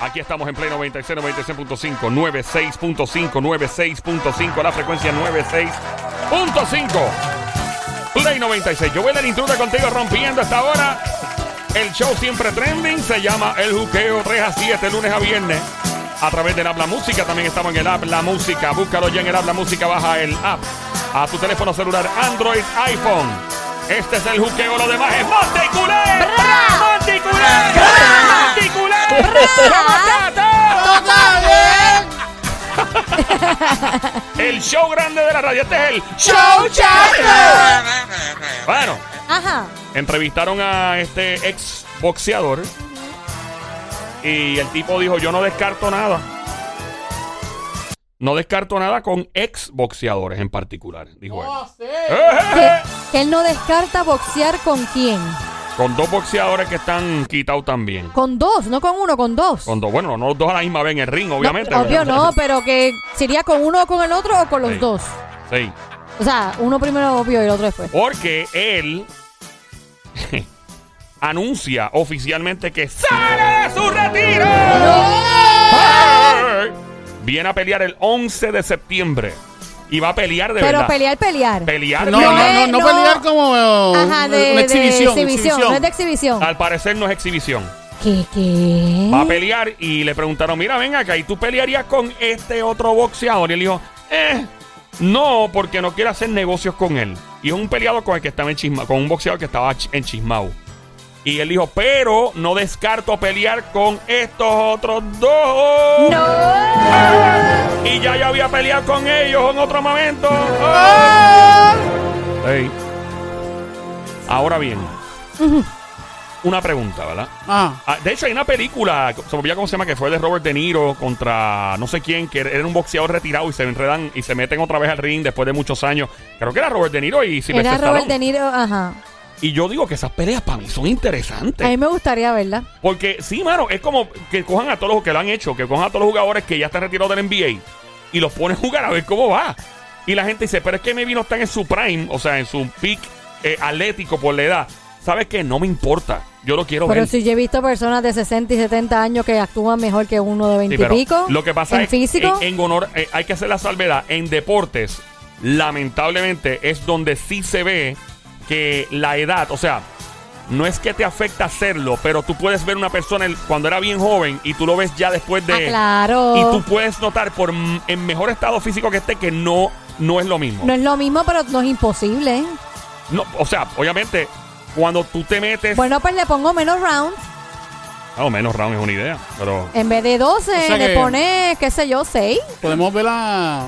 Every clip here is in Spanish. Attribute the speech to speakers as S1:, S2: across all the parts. S1: Aquí estamos en Play 96, 96.5, 96.5, 96.5, la frecuencia 96.5. Play 96. Yo voy la intruda contigo rompiendo hasta ahora. El show siempre trending se llama El Juqueo 3 a 7, lunes a viernes. A través del app La Música, también estamos en el app La Música. Búscalo ya en el app La Música, baja el app a tu teléfono celular Android, iPhone. Este es el juqueo, lo demás es Monte y Culé. Monte y Culé. Monte y Culé. ¿Cómo está todo? El show grande de la radio. Este es el show chato. Bueno,
S2: Ajá.
S1: entrevistaron a este ex boxeador y el tipo dijo, yo no descarto nada. No descarto nada con ex boxeadores en particular, dijo él.
S2: Que,
S1: ¡Eh, eh, eh!
S2: que él no descarta boxear con quién.
S1: Con dos boxeadores que están quitados también.
S2: Con dos, no con uno, con dos.
S1: Con dos, bueno, no los dos a la misma vez en el ring, obviamente.
S2: No, obvio
S1: ¿verdad?
S2: no, pero que sería con uno o con el otro o con los
S1: Sí.
S2: dos.
S1: Sí.
S2: O sea, uno primero obvio y el otro después.
S1: Porque él anuncia oficialmente que sale de su retiro. Hey. Viene a pelear el 11 de septiembre. Y va a pelear de
S2: Pero
S1: verdad.
S2: pelear, pelear.
S1: pelear.
S3: No,
S1: y-
S3: no,
S2: es-
S3: no, no,
S2: no.
S3: pelear como eh,
S2: Ajá, de, de
S3: una exhibición.
S2: No es de exhibición.
S1: Al parecer no es exhibición.
S2: ¿Qué, qué?
S1: Va a pelear y le preguntaron, mira, ven acá, ¿y tú pelearías con este otro boxeador? Y él dijo, eh, no, porque no quiero hacer negocios con él. Y es un peleado con el que estaba en con un boxeador que estaba ch- en Chismau. Y él dijo, pero no descarto pelear con estos otros dos. Y ya yo había peleado con ellos en otro momento. Ey. Ahora bien, una pregunta, ¿verdad?
S3: Ah,
S1: Ah, de hecho, hay una película, se me olvida cómo se llama, que fue de Robert De Niro contra no sé quién, que era un boxeador retirado y se enredan y se meten otra vez al ring después de muchos años. Creo que era Robert De Niro y Sylvester
S2: Era Robert De
S1: Stallone.
S2: Niro, ajá.
S1: Y yo digo que esas peleas para mí son interesantes.
S2: A mí me gustaría verla.
S1: Porque sí, mano, es como que cojan a todos los que lo han hecho, que cojan a todos los jugadores que ya están retirados del NBA y los ponen a jugar a ver cómo va. Y la gente dice, pero es que Maybe no están en su prime, o sea, en su peak eh, atlético por la edad. ¿Sabes qué? No me importa. Yo lo quiero
S2: Pero
S1: ver.
S2: si yo he visto personas de 60 y 70 años que actúan mejor que uno de 20
S1: Sí,
S2: y
S1: pero
S2: pico.
S1: Lo que pasa
S2: en
S1: es
S2: físico.
S1: En, en honor, eh, hay que hacer la salvedad. En deportes, lamentablemente, es donde sí se ve que la edad, o sea, no es que te afecta hacerlo, pero tú puedes ver una persona el- cuando era bien joven y tú lo ves ya después de.
S2: Ah, claro.
S1: Y tú puedes notar por m- en mejor estado físico que esté que no, no es lo mismo.
S2: No es lo mismo, pero no es imposible. ¿eh?
S1: No, o sea, obviamente, cuando tú te metes.
S2: Bueno, pues le pongo menos rounds.
S1: Ah, o menos round es una idea, pero.
S2: En vez de 12,
S3: O sea
S2: le
S3: que-
S2: pones, qué sé yo, 6.
S3: podemos ver a,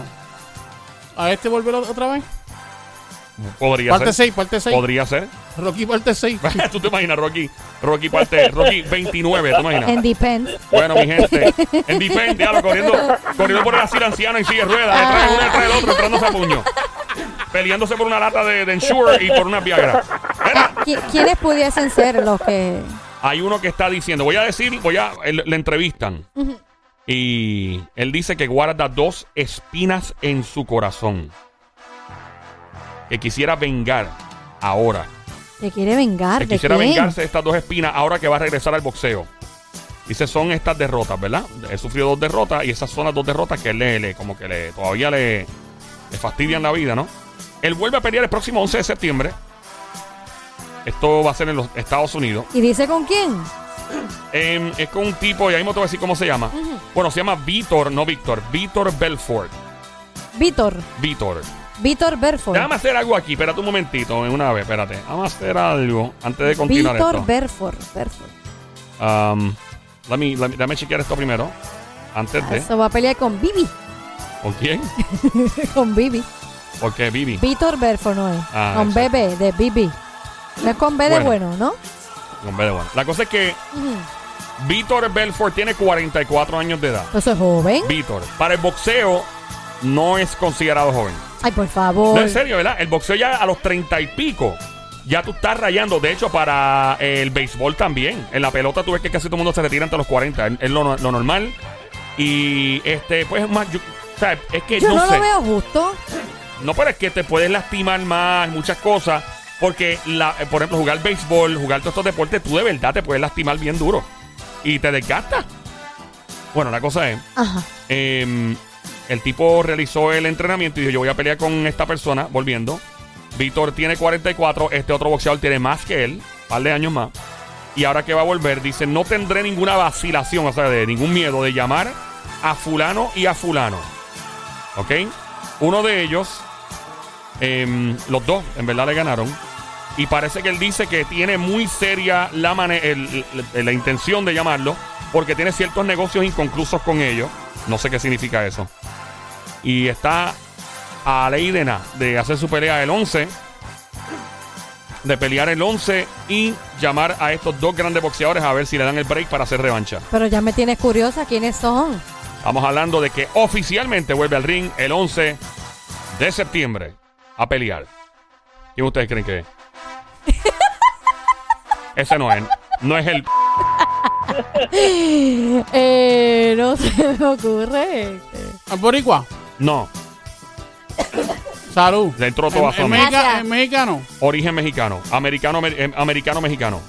S3: a este volver otra vez.
S2: Eh,
S1: Podría
S3: Parte
S1: ser.
S3: 6, parte 6.
S1: Podría ser.
S3: Rocky, parte 6.
S1: ¿Tú te imaginas, Rocky? Rocky parte, Rocky 29, ¿te imaginas?
S2: En Depends. Eh,
S1: Bueno, mi gente, en Defend, diablo, corriendo, corriendo por el asilo anciano en silla de ruedas, detrás de uno detrás del otro, entrándose a puño. Peleándose por una lata de, de Ensure y por una Viagra. Mira,
S2: ¿Qui- ¿Quiénes pudiesen ser los que.?
S1: hay uno que está diciendo, voy a decir, voy a, él- le entrevistan. Y él dice que guarda dos espinas en su corazón. Que quisiera vengar ahora.
S2: Se quiere vengar.
S1: que
S2: ¿De
S1: quisiera
S2: quién?
S1: vengarse de estas dos espinas ahora que va a regresar al boxeo. Dice, son estas derrotas, ¿verdad? He sufrido dos derrotas y esas son las dos derrotas que él le, le- como que le, todavía le, le fastidian la vida, ¿no? Él vuelve a pelear el próximo 11 de septiembre. Esto va a ser en los Estados Unidos.
S2: ¿Y dice con quién?
S1: Eh, es con un tipo, y ahí mismo te voy a decir cómo se llama. Bueno, se llama Víctor, no Víctor, Víctor Belfort.
S2: Víctor.
S1: Víctor.
S2: Víctor Berford.
S1: Déjame hacer algo aquí, espérate un momentito, eh, una vez, espérate. Vamos a hacer algo antes de continuar
S2: Víctor
S1: esto.
S2: Berford. Berford.
S1: Um, let me- let me- dame chequear esto primero. Antes de.
S2: Ah, Eso va a pelear con Bibi.
S1: ¿Con quién?
S2: con Bibi.
S1: Porque Bibi.
S2: Víctor Berford no es.
S1: Ah,
S2: con
S1: exacto.
S2: BB de Bibi. No es con B de
S1: Bueno.
S2: bueno, ¿no?
S1: Con B de bueno. La cosa es que Víctor Belfort tiene 44 años de edad.
S2: Eso es joven.
S1: Víctor, para el boxeo no es considerado joven.
S2: Ay, por favor.
S1: No, en serio, ¿verdad? El boxeo ya a los 30 y pico. Ya tú estás rayando. De hecho, para el béisbol también. En la pelota tú ves que casi todo el mundo se retira ante los 40. Es lo, no- lo normal. Y este, pues, más. yo- o sea, es que
S2: Yo no,
S1: Eh, sé.
S2: lo veo justo.
S1: No, pero es que te puedes lastimar más, muchas cosas. Porque, la, eh, por ejemplo, jugar béisbol, jugar todos estos deportes, tú de verdad te puedes lastimar bien duro. Y te desgastas. Bueno, la cosa es,
S2: Ajá.
S1: eh, el tipo realizó el entrenamiento y dijo, yo voy a pelear con esta persona, volviendo. Víctor tiene 44, este otro boxeador tiene más que él, un par de años más. Y ahora que va a volver, dice, no tendré ninguna vacilación, o sea, de ningún miedo de llamar a fulano y a fulano. ¿Ok? Uno de ellos, em, los dos, en verdad le ganaron. Y parece que él dice que tiene muy seria la, mane- el- el- la intención de llamarlo, porque tiene ciertos negocios inconclusos con ellos. No sé qué significa eso. Y está a ley de nada de hacer su pelea el 11, de pelear el 11 y llamar a estos dos grandes boxeadores a ver si le dan el break para hacer revancha.
S2: Pero ya me tienes curiosa quiénes son.
S1: Estamos hablando de que oficialmente vuelve al ring el 11 de septiembre a pelear. ¿Quién ustedes creen que es? Ese no es. No es el.
S2: Eh, no se me ocurre.
S3: ¿Al Ah, boricua?
S1: No.
S3: Salud.
S1: Le entró todo a
S3: ¿Es
S1: fondo.
S2: México. Gracias.
S3: mexicano?
S1: Origen mexicano. Americano, amer- em- americano, mexicano.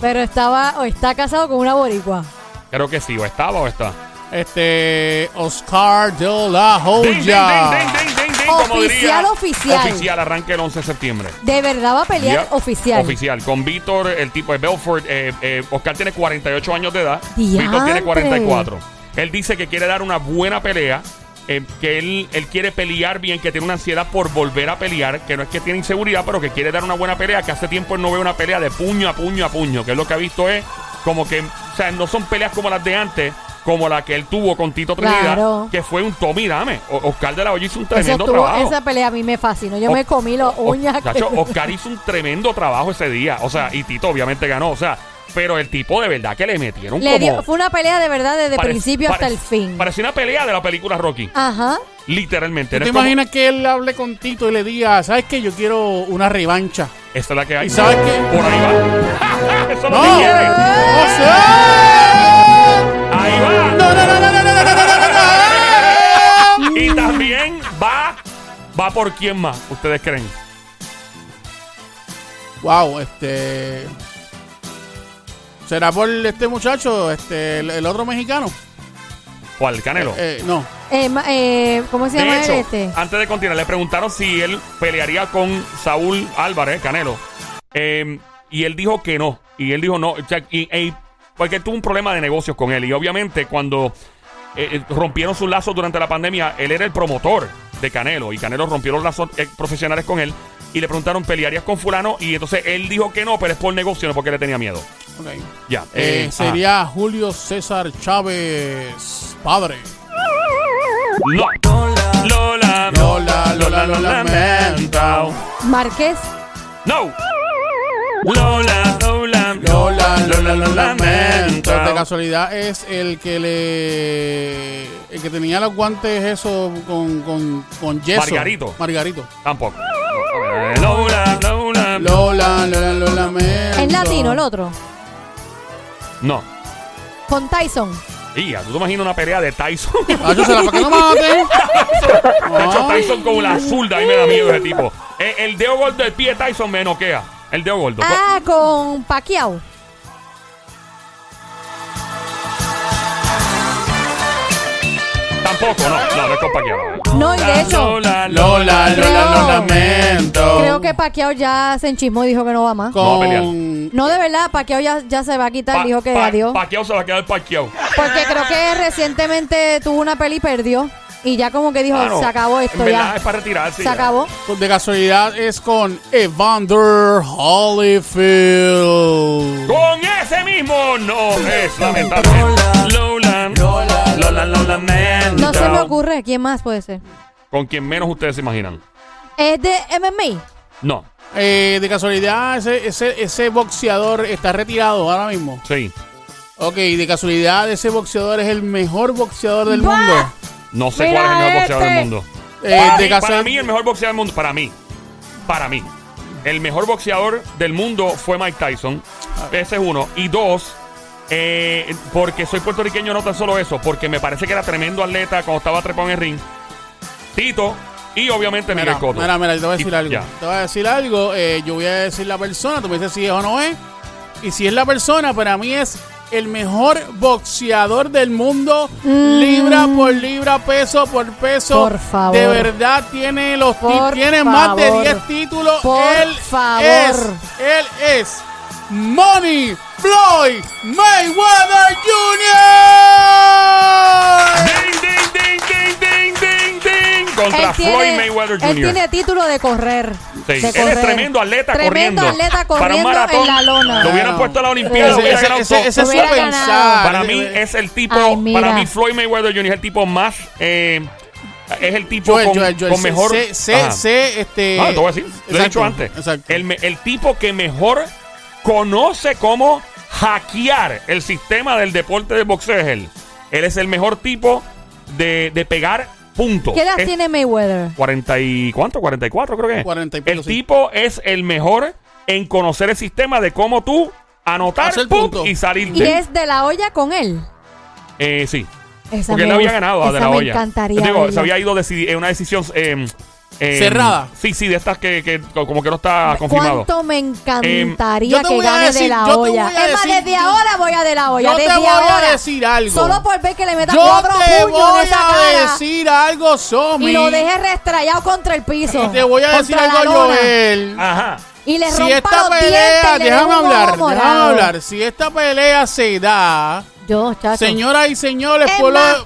S2: Pero estaba o está casado con una boricua.
S1: Creo que sí. O estaba o está.
S3: Este. Oscar de la
S1: Ding, ding, ding,
S3: Hoya.
S1: ding, ding, ding, como
S2: Oh, Oficial,
S1: diría-
S2: oficial.
S1: Oficial, arranca el 11 de septiembre.
S2: De verdad va a pelear
S1: Ya.
S2: oficial.
S1: Oficial. Con Víctor, el tipo de Belfort. eh, eh, Oscar tiene 48 años de edad. Víctor tiene
S2: Diantre.
S1: 44. Él dice que quiere dar una buena pelea. eh, que él, él quiere pelear bien, que tiene una ansiedad por volver a pelear, que no es que tiene inseguridad, pero que quiere dar una buena pelea, que hace tiempo él no ve una pelea de puño a puño a puño, que es lo que ha visto es como que, o sea, no son peleas como las de antes, como la que él tuvo con Tito Trinidad,
S2: Claro.
S1: que fue un Tommy Dame. O- Oscar de la Hoya hizo un
S2: Eso
S1: tremendo
S2: estuvo-
S1: trabajo.
S2: esa pelea a mí me fascinó. Yo
S1: O-
S2: me comí los
S1: O-
S2: uñas. que-
S1: Chacho, Oscar hizo un tremendo trabajo ese día. O sea, y Tito obviamente ganó. O sea, pero el tipo de verdad que le metieron
S2: Le
S1: como...
S2: dio- fue una pelea de verdad desde
S1: parec-
S2: principio hasta
S1: parec-
S2: el fin.
S1: Parecía una pelea de la película Rocky.
S2: Ajá.
S1: Literalmente.
S3: ¿Tú
S1: No
S3: te
S1: es como-
S3: imaginas que él hable con Tito y le diga, ¿sabes qué? Yo quiero una revancha?
S1: Esta es la que hay.
S3: ¿Y sabes qué?
S1: Por ahí va. Eso es lo
S3: ¡No!
S1: que
S2: Eh,
S3: ¡No
S1: quiere.
S3: sé!
S1: Ahí va.
S3: ¡No, no, no, no, no, no, no, no, no, no, no!
S1: Y también va... Va por quién más, ustedes creen.
S3: Wow, este. ¿Será por este muchacho, este, el, el otro mexicano?
S1: ¿Cuál? Canelo.
S3: Eh, no.
S2: Eh, ma- eh, ¿Cómo se
S1: De
S2: llama
S1: hecho, ah,
S2: él este?
S1: antes de continuar, le preguntaron si él pelearía con Saúl Álvarez, Canelo. Eh, y él dijo que no. Y él dijo no. o sea, y- y- porque él tuvo un problema de negocios con él. Y obviamente, cuando eh, eh, rompieron sus lazos durante la pandemia, él era el promotor de Canelo. Y Canelo rompió los lazos eh, profesionales con él. Y le preguntaron, ¿pelearías con Fulano? Y entonces él dijo que no, pero es por negocio, no porque le tenía miedo.
S3: Ok.
S1: Ya.
S3: Eh,
S1: eh,
S3: sería Julio César Chávez, padre.
S1: ajá. No. Lola.
S3: Lola, Lola, lo lamento.
S2: Márquez.
S1: No. Lola, Lola,
S3: Lola, Lola, lo lamento. De
S1: lamento.
S3: casualidad es el que le. El que tenía los guantes eso con, con, con yeso.
S1: Margarito.
S3: Margarito.
S1: Tampoco. Lola, Lola.
S3: Lola, Lola, lo lamento.
S2: En latino, el otro.
S1: No.
S2: Con Tyson.
S1: Ia, ¿tú te imaginas una pelea de Tyson?
S3: Ah, yo se la para que no mate.
S1: De hecho,
S3: Ay.
S1: Tyson con la zurda y me da miedo ese tipo. Eh, El, dedo gordo del pie de Tyson me noquea. El dedo gordo.
S2: Ah, con Pacquiao.
S1: Tampoco, no. No, no es con Pacquiao.
S2: No, y de hecho,
S1: Lola,
S3: Lola, Lola, lo
S2: Creo-
S3: lamento.
S2: creo que Pacquiao ya se enchismó y dijo que no va más.
S1: No va a pelear.
S3: Con.
S2: No, de verdad, Pacquiao ya, ya se va a quitar,
S1: Pa-
S2: dijo que
S1: pa-
S2: adiós.
S1: Pacquiao se va a quedar Pacquiao.
S2: Porque creo que recientemente tuvo una peli y perdió. Y ya como que dijo,
S1: Ah, no.
S2: se acabó esto
S1: En verdad,
S2: ya.
S1: es para retirarse.
S2: Se
S1: ya.
S2: acabó.
S3: De casualidad es con Evander Holyfield.
S1: Con ese mismo no es lamentable. Lola, Lola, Lola, lamento.
S2: No se me ocurre quién más puede ser.
S1: Con quien menos ustedes se imaginan.
S2: Es de MMA.
S1: No,
S3: Eh, de casualidad ese, ese, ese boxeador está retirado ahora mismo.
S1: sí,
S3: Ok, de casualidad ese boxeador es el mejor boxeador del
S2: ¡Bah!
S3: mundo.
S1: no sé
S2: Mira
S1: cuál es el mejor boxeador
S2: este.
S1: del mundo.
S3: Eh,
S1: para,
S3: de
S1: mí, para
S3: casualidad
S1: mí, el mejor boxeador del mundo, para mí, para mí, el mejor boxeador del mundo fue Mike Tyson. Ese es uno. Y dos, eh, porque soy puertorriqueño, no tan solo eso, porque me parece que era tremendo atleta cuando estaba trepado en el ring. Tito y obviamente Miguel
S3: Mira,
S1: Cotto.
S3: mira, mira, te voy a decir
S1: Y-
S3: algo.
S1: ya.
S3: Te voy a decir algo. eh, yo voy a decir la persona, tú me dices si es o no es. Y si es la persona, para mí es el mejor boxeador del mundo, libra por libra, peso por
S2: Mm.
S3: peso.
S2: Por favor.
S3: De verdad tiene los ti-
S2: Por
S3: tiene más de
S2: favor.
S3: 10 títulos.
S2: Por
S3: él
S2: favor.
S3: es él es Money Floyd Mayweather Jr.
S1: Ding, ding, ding, ding, ding, ding, ding. Contra Floyd Mayweather Jr.
S2: él tiene título de correr.
S1: Sí,
S2: de
S1: Él es
S2: correr.
S1: tremendo atleta
S2: Tremendo
S1: corriendo.
S2: atleta
S1: Para un
S2: corriendo
S1: maratón,
S2: en la lona.
S1: Lo hubieran
S3: Claro.
S1: puesto a la Olimpiada.
S2: Ese-
S1: hubiera
S3: ese-
S1: ganado
S3: ese-
S1: todo.
S3: ese es su
S2: Hubiera
S3: pensar.
S2: ganado.
S1: Para mí es el tipo,
S2: Ay, mira.
S1: para mí Floyd Mayweather Jr. es el tipo más, eh, es el tipo
S3: Joel,
S1: con,
S3: Joel, Joel,
S1: con
S3: sé-
S1: mejor...
S3: sé- sé-
S1: Ajá.
S3: sé, este.
S1: No, te voy a decir, lo he dicho
S3: Exacto,
S1: antes.
S3: Exacto.
S1: El, me- el tipo que mejor conoce cómo hackear el sistema del deporte del boxeo es él. Él es el mejor tipo de, de pegar puntos.
S2: ¿Qué edad
S1: Es-
S2: tiene Mayweather?
S1: 40 y cuánto, 44 creo que es.
S3: 40 y
S1: el
S3: pico, sí.
S1: tipo es el mejor en conocer el sistema de cómo tú anotar
S3: Hacer
S1: pum,
S3: punto.
S1: y salir
S2: Y
S1: de
S2: es de la olla con él.
S1: eh, sí.
S2: Esa
S1: Porque
S2: me
S1: él había
S2: gusta-
S1: ganado ah,
S2: esa
S1: de la
S2: me
S1: olla.
S2: encantaría.
S1: Digo, se
S2: verla.
S1: había ido decidi- en una decisión eh, eh,
S3: Cerrada.
S1: Sí, sí, de estas que, que como que no está confirmado.
S2: ¿Cuánto me
S3: Eh,
S2: encantaría
S3: yo te
S2: que
S3: voy a
S2: gane de
S3: decir-
S2: la
S3: yo te voy
S2: olla?
S3: a
S2: Es más,
S3: decir-
S2: desde ahora voy a de la olla.
S3: Yo te
S2: desde
S3: voy
S2: ahora.
S3: a decir algo.
S2: Solo por ver que le meta
S3: Yo
S2: cuatro
S3: te
S2: puños
S3: voy
S2: en esa
S3: a
S2: cara
S3: decir algo, Somi.
S2: y lo deje restrayado contra el piso.
S3: Y te voy a decir
S2: contra la
S3: algo,
S2: lona.
S3: Joel.
S1: Ajá.
S2: Y le
S3: Si
S2: rompa
S3: esta
S2: los
S3: pelea,
S2: dientes y le dé un
S3: déjame
S2: ojo
S3: hablar, déjame
S2: morado.
S3: hablar. Si esta pelea se da,
S2: Yo, chacho.
S3: señoras y señores,
S2: Es
S3: pueblo,
S2: más,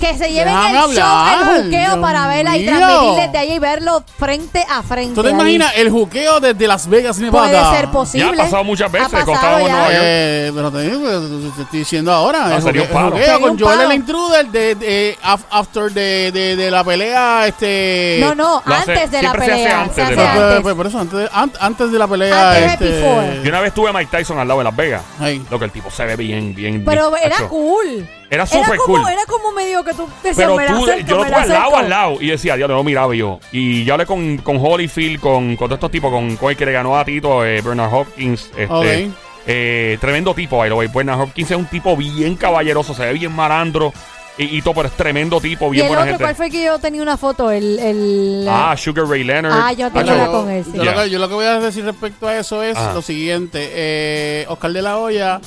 S2: que se lleven
S3: Déjame
S2: el show,
S3: hablar,
S2: el juqueo
S3: Dios
S2: para verla y
S3: mío.
S2: transmitir desde allá y verlo frente a frente.
S3: ¿tú te
S2: ahí.
S3: imaginas el juqueo desde Las Vegas, Nevada?
S2: Puede ser posible.
S1: Ya ha pasado muchas veces,
S2: Ha pasado
S1: contábamos
S2: ya.
S1: en Nueva York.
S3: Eh, pero te, digo, te- te estoy diciendo ahora.
S1: No,
S3: el
S1: sería un
S3: juqueo- el
S1: palo.
S3: juqueo
S2: Sería
S3: con
S2: un
S3: Joel
S2: palo.
S3: el Intruder de, de- af- after de, de- de la pelea. Este,
S2: No, no,
S1: Eh, Lo hace-
S2: antes de la
S1: siempre se hace
S2: pelea.
S1: antes
S2: Se
S1: de
S2: hace
S1: la-
S3: Pues,
S2: antes.
S3: pues, pues, por eso, antes, de- an- antes de la pelea.
S2: Antes
S3: este,
S2: before.
S1: Yo una vez tuve a Mike Tyson al lado de Las Vegas.
S3: Ahí.
S1: Lo que el tipo se ve bien, bien.
S2: Pero
S1: bien,
S2: era
S1: macho.
S2: cool.
S1: Era súper
S2: como-
S1: cool.
S2: Era como medio que tú decías,
S1: Pero
S2: me la
S1: tú,
S2: acerco,
S1: yo lo
S2: me
S1: tuve
S2: la
S1: al lado,
S2: acerco.
S1: al lado. Y decía, diablo, no miraba yo. Y yo hablé con, con Holyfield, con, con todos estos tipos, con, con el que le ganó a Tito, eh, Bernard Hopkins. Este,
S3: Ok.
S1: eh, tremendo tipo, by the way. Bernard Hopkins es un tipo bien caballeroso, se ve bien malandro. Y, y todo, pero es tremendo tipo,
S2: Y
S1: bien
S2: el
S1: buena
S2: otro,
S1: gente.
S2: ¿cuál fue que yo tenía una foto? El, el,
S1: Ah, Sugar Ray Leonard.
S2: Ah, yo tengo
S1: Macho,
S2: la con él, sí.
S3: Yo, lo
S1: Ya.
S3: que, yo lo que voy a decir respecto a eso es
S1: Ajá.
S3: lo siguiente. Eh, Oscar de la Hoya,